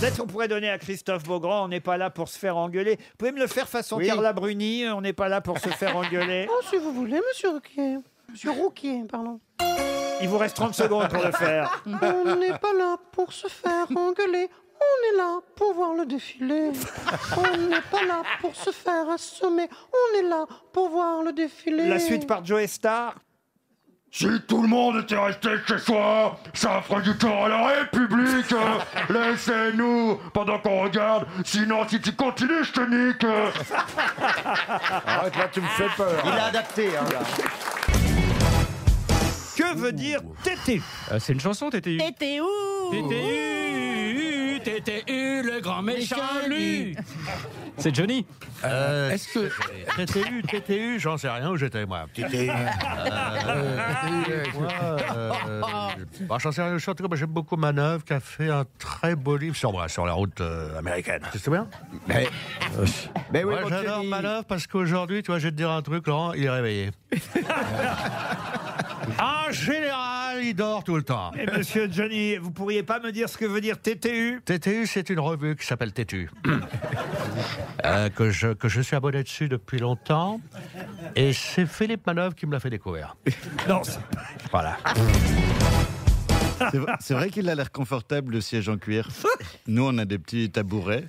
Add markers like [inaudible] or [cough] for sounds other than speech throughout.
Peut-être qu'on pourrait donner à Christophe Beaugrand, on n'est pas là pour se faire engueuler. Vous pouvez me le faire façon Carla Bruni, on n'est pas là pour se faire engueuler. Oh, si vous voulez, monsieur Roquier. Monsieur Roquier, pardon. Il vous reste 30 secondes pour le faire. On n'est pas là pour se faire engueuler. On est là pour voir le défilé. On n'est pas là pour se faire assommer. On est là pour voir le défilé. La suite par Joe Star. Si tout le monde était resté chez soi, ça ferait du tort à la République. euh. Laissez-nous pendant qu'on regarde. Sinon, si tu continues, je te nique. euh. Arrête, là, tu me fais peur. Il a adapté. Hein. Que veut dire TTU c'est une chanson, TTU. T'étais où TTU, TTU, le grand méchant lui. C'est Johnny. Est-ce que. TTU, TTU, j'en sais rien où j'étais, moi. [laughs] TTU. Bah, j'en sais rien où je suis. En tout cas, bah, j'aime beaucoup Manœuvre qui a fait un très beau livre sur moi, sur la route euh, américaine. Tu te souviens Mais, mais oui, Moi, mon j'adore Johnny. Manœuvre parce qu'aujourd'hui, tu vois, je vais te dire un truc, Laurent, il est réveillé. en général, il dort tout le temps. Et monsieur Johnny, vous pourriez pas me dire ce que veut dire TTU TTU, c'est une revue qui s'appelle TTU. Euh, que, je, que je suis abonné dessus depuis longtemps. Et c'est Philippe Manœuvre qui me l'a fait découvrir. Non, c'est- Voilà. C'est vrai- C'est vrai qu'il a l'air confortable le siège en cuir. Nous, on a des petits tabourets.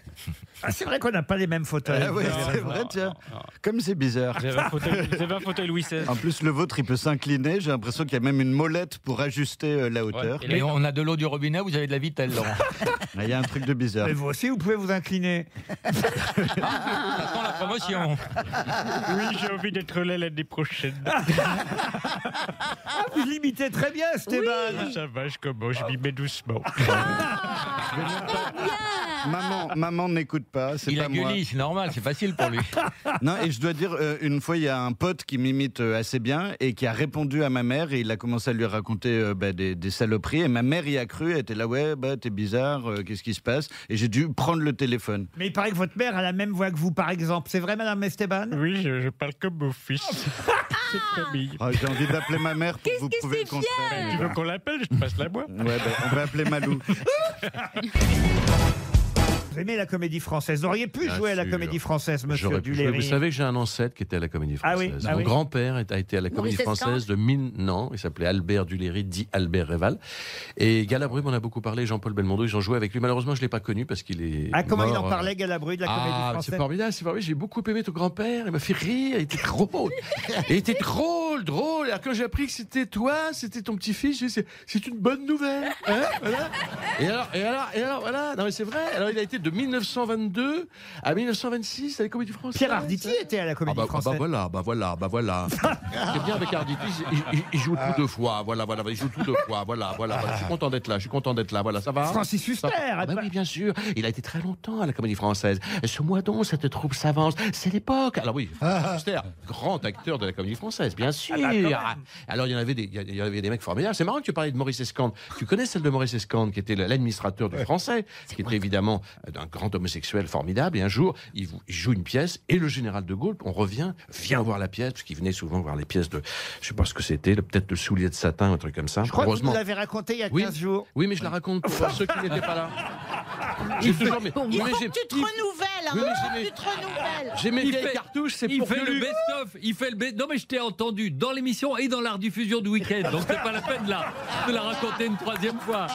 Ah, c'est vrai qu'on n'a pas les mêmes fauteuils. Eh Ah oui, c'est vrai, tiens. Comme c'est bizarre. J'avais un fauteuil, j'avais un fauteuil Louis XVI. En plus, le vôtre, il peut s'incliner. J'ai l'impression qu'il y a même une molette pour ajuster euh, la hauteur. Et là, Et on a de l'eau du robinet, vous avez de la vitelle, Laurent. Ah, Il y a un truc de bizarre. Mais vous aussi, vous pouvez vous incliner. Sans la Ah, promotion. Oui, j'ai envie d'être là l'année prochaine. Ah, vous l'imitez très bien, Stéban. Ça va, je commence, je m'y mets doucement. Maman, maman n'écoute pas, c'est Il a pas moi. gueulé, c'est normal, c'est facile pour lui. Non, et je dois dire, euh, une fois, il y a un pote qui m'imite euh, assez bien et qui a répondu à ma mère et il a commencé à lui raconter euh, bah, des, des saloperies. Et ma mère y a cru, elle était là, ouais, bah, t'es bizarre, euh, qu'est-ce qui se passe Et j'ai dû prendre le téléphone. Mais il paraît que votre mère a la même voix que vous, par exemple. C'est vrai, madame Esteban Oui, je, je parle comme mon fils. C'est Camille. Ah, j'ai envie d'appeler ma mère pour Qu'est-ce vous que prouver le c'est contraire. Tu veux qu'on l'appelle Je te passe la boîte. Ouais, bah, on va appeler Malou. Vous aimez la comédie française. Vous auriez pu Bien jouer à la sûr. comédie française, monsieur J'aurais pu jouer. Duléry. Vous savez que j'ai un ancêtre qui était à la Comédie Ah oui, Française. ah Mon oui. grand-père est- a été à la Comédie Maurice Française de mille... Non, il s'appelait Albert Duléry, dit Albert Réval. Et Galabru m'en a beaucoup parlé, Jean-Paul Belmondo, ils ont joué avec lui. Malheureusement, je ne l'ai pas connu parce qu'il est Ah, comment il mort, en euh, parlait, Galabru, de la comédie Ah, c'est française formidable, c'est formidable. J'ai beaucoup aimé ton grand-père. Il m'a fait rire. Il était [laughs] drôle. il était drôle, drôle. Alors, quand j'ai appris que c'était toi, c'était ton petit-fils, j'ai dit, c'est- c'est une bonne nouvelle. Hein, voilà. Et alors, et alors, et alors, voilà. Non, mais c'est vrai. Alors, il a été de 1922 à 1926 à la Comédie Française. Pierre Arditi était à la Ah comédie bah, ah bah française. voilà, bah voilà, [laughs] bah voilà. C'est bien avec Arditi, il, il- il joue Ah. tout deux fois, voilà, voilà, il joue tout deux fois, voilà, voilà. voilà. Je suis content d'être là, je suis content d'être là, voilà, ça va Francis Huster. ah elle- bah oui, bien sûr. Il a été très longtemps à la Comédie Française. Ce mois donc, cette troupe s'avance. C'est l'époque. Alors oui, Ah, Foster, grand acteur de la Comédie Française, bien sûr. Alors il y en avait des, il y en avait des mecs formidables. C'est marrant que tu parlais de Maurice Escande. Tu connais celle de Maurice Escande, qui était l'administrateur du Français, qui était évidemment un grand homosexuel formidable. Et un jour, il vou- il joue une pièce et le général de Gaulle, on revient, vient voir la pièce parce qu'il venait souvent voir les pièces de, je sais pas ce que c'était, de- peut-être le soulier de satin, un truc comme ça. Je crois que vous Heureusement. l'avez raconté il y a 15 Oui. jours. Oui, mais je la raconte pour ceux qui n'étaient [laughs] pas là. J'ai toujours mes, Il mais faut j'ai- que tu te renouvelles, hein Oui, mais j'ai mes- Tu te renouvelles j'ai mes Il vieilles fait- cartouches, c'est Il pour fait que le best-of, il fait le best Non mais je t'ai entendu dans l'émission et dans la rediffusion du week-end, donc c'est pas la peine là de la raconter une troisième fois.